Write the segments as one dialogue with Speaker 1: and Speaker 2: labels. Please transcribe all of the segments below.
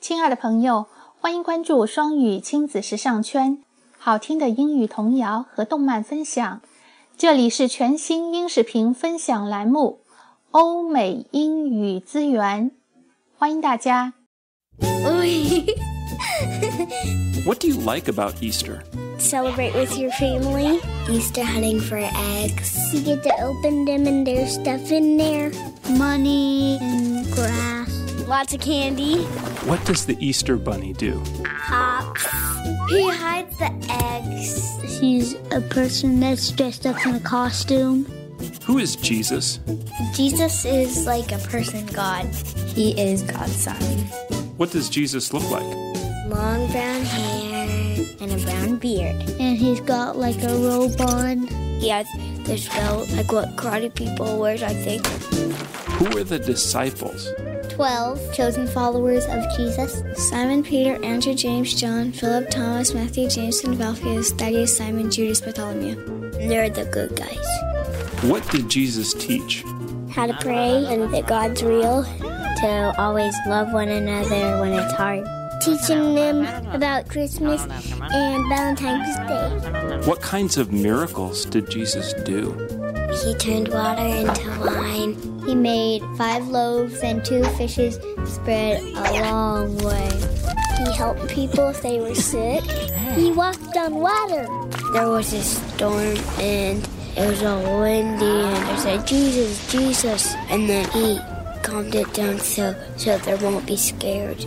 Speaker 1: 亲爱的朋友，欢迎关注双语亲子时尚圈，好听的英语童谣和动漫分享。这里是全新英视频分享栏目《欧美英语资源》，欢迎大家。
Speaker 2: What do you like about Easter?
Speaker 3: Celebrate with your family.
Speaker 4: Easter hunting for eggs.
Speaker 3: You get to open them and there's stuff in there.
Speaker 4: Money and grass.
Speaker 3: Lots of candy.
Speaker 2: What does the Easter bunny do?
Speaker 3: Pops.
Speaker 4: He hides the eggs.
Speaker 3: She's a person that's dressed up in a costume.
Speaker 2: Who is Jesus?
Speaker 4: Jesus is like a person god. He is God's son.
Speaker 2: What does Jesus look like?
Speaker 4: Long brown hair and a brown beard.
Speaker 3: And he's got like a robe on.
Speaker 4: He has this belt, like what karate people wears, I think.
Speaker 2: Who were the disciples?
Speaker 4: 12 chosen followers of Jesus.
Speaker 5: Simon Peter, Andrew, James, John, Philip, Thomas, Matthew, James, and Alphaeus, Thaddeus, Simon, Judas, Bartholomew.
Speaker 4: They're the good guys.
Speaker 2: What did Jesus teach?
Speaker 3: How to pray and that God's real.
Speaker 4: To always love one another when it's hard.
Speaker 3: Teaching them about Christmas and Valentine's Day.
Speaker 2: What kinds of miracles did Jesus do?
Speaker 4: He turned water into wine. He made five loaves and two fishes spread a long way.
Speaker 3: He helped people if they were sick. He walked on water.
Speaker 4: There was a storm and it was all windy and I said, Jesus, Jesus. And then he calmed it down so, so they won't be scared.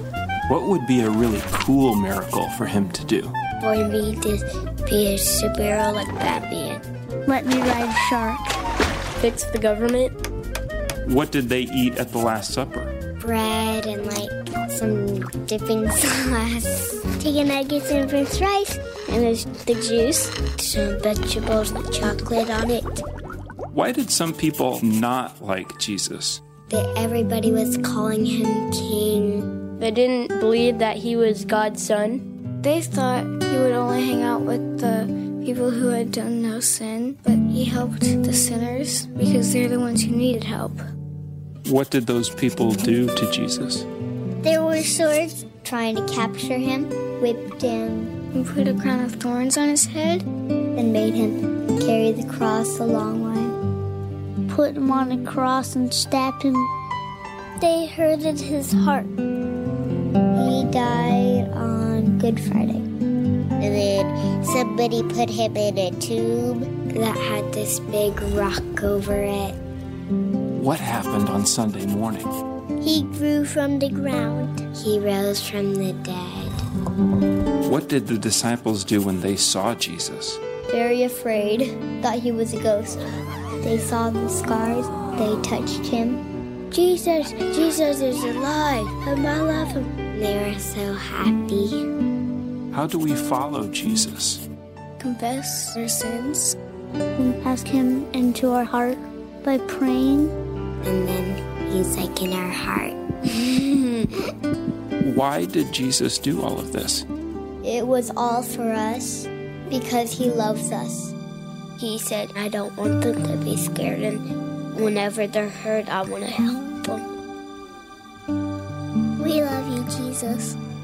Speaker 2: What would be a really cool miracle for him to do?
Speaker 4: For me to be a superhero like Batman.
Speaker 3: Let me ride a shark.
Speaker 5: Fix the government.
Speaker 2: What did they eat at the Last Supper?
Speaker 4: Bread and like some dipping sauce.
Speaker 3: Chicken nuggets and french fries.
Speaker 4: And there's the juice. Some vegetables with chocolate on it.
Speaker 2: Why did some people not like Jesus?
Speaker 4: That everybody was calling him king.
Speaker 5: They didn't believe that he was God's son. They thought he would only hang out with the people who had done no sin, but he helped the sinners because they're the ones who needed help.
Speaker 2: What did those people do to Jesus?
Speaker 3: There were swords
Speaker 4: Trying to capture him, whipped him,
Speaker 5: He put a crown of thorns on his head.
Speaker 4: and made him carry the cross a long way.
Speaker 3: put him on a cross and stabbed him. They hurted his heart.
Speaker 4: He died on Good Friday. And then somebody put him in a tomb that had this big rock over it.
Speaker 2: What happened on Sunday morning?
Speaker 3: He grew from the ground.
Speaker 4: He rose from the dead.
Speaker 2: What did the disciples do when they saw Jesus?
Speaker 4: Very afraid, thought he was a ghost. They saw the scars, they touched him. Jesus, Jesus is alive, and I love him. They were so happy.
Speaker 2: How do we follow Jesus?
Speaker 5: Confess their sins.
Speaker 3: We ask him into our heart by praying.
Speaker 4: And then he's like in our heart.
Speaker 2: Why did Jesus do all of this?
Speaker 4: It was all for us because he loves us. He said, I don't want them to be scared, and whenever they're hurt, I want to help them.
Speaker 3: We love you, Jesus.